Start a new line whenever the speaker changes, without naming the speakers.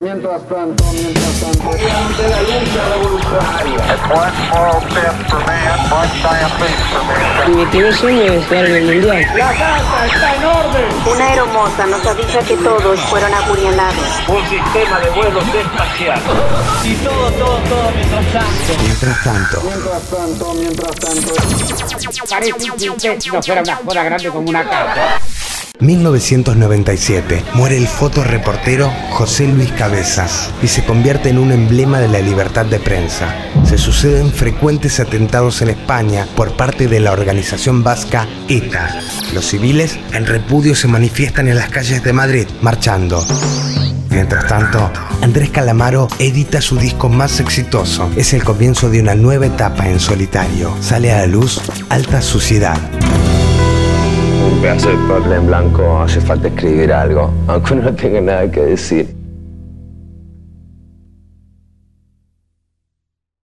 Mientras tanto, mientras tanto, ante la lucha revolucionaria.
Mi primer sueño es jugar en el mundial.
La casa está en orden.
Una hermosa nos avisa que todos fueron apuñalados.
Un sistema de vuelos espacial. Mientras tanto, mientras tanto.
Parece que usted no fuera una joda grande como una casa.
1997 muere el fotoreportero José Luis Cabezas y se convierte en un emblema de la libertad de prensa. Se suceden frecuentes atentados en España por parte de la organización vasca ETA. Los civiles en repudio se manifiestan en las calles de Madrid marchando. Mientras tanto, Andrés Calamaro edita su disco más exitoso. Es el comienzo de una nueva etapa en solitario. Sale a la luz Alta Suciedad.
un pedazo de papel en blanco hace falta escribir algo, aunque no tenga nada que decir.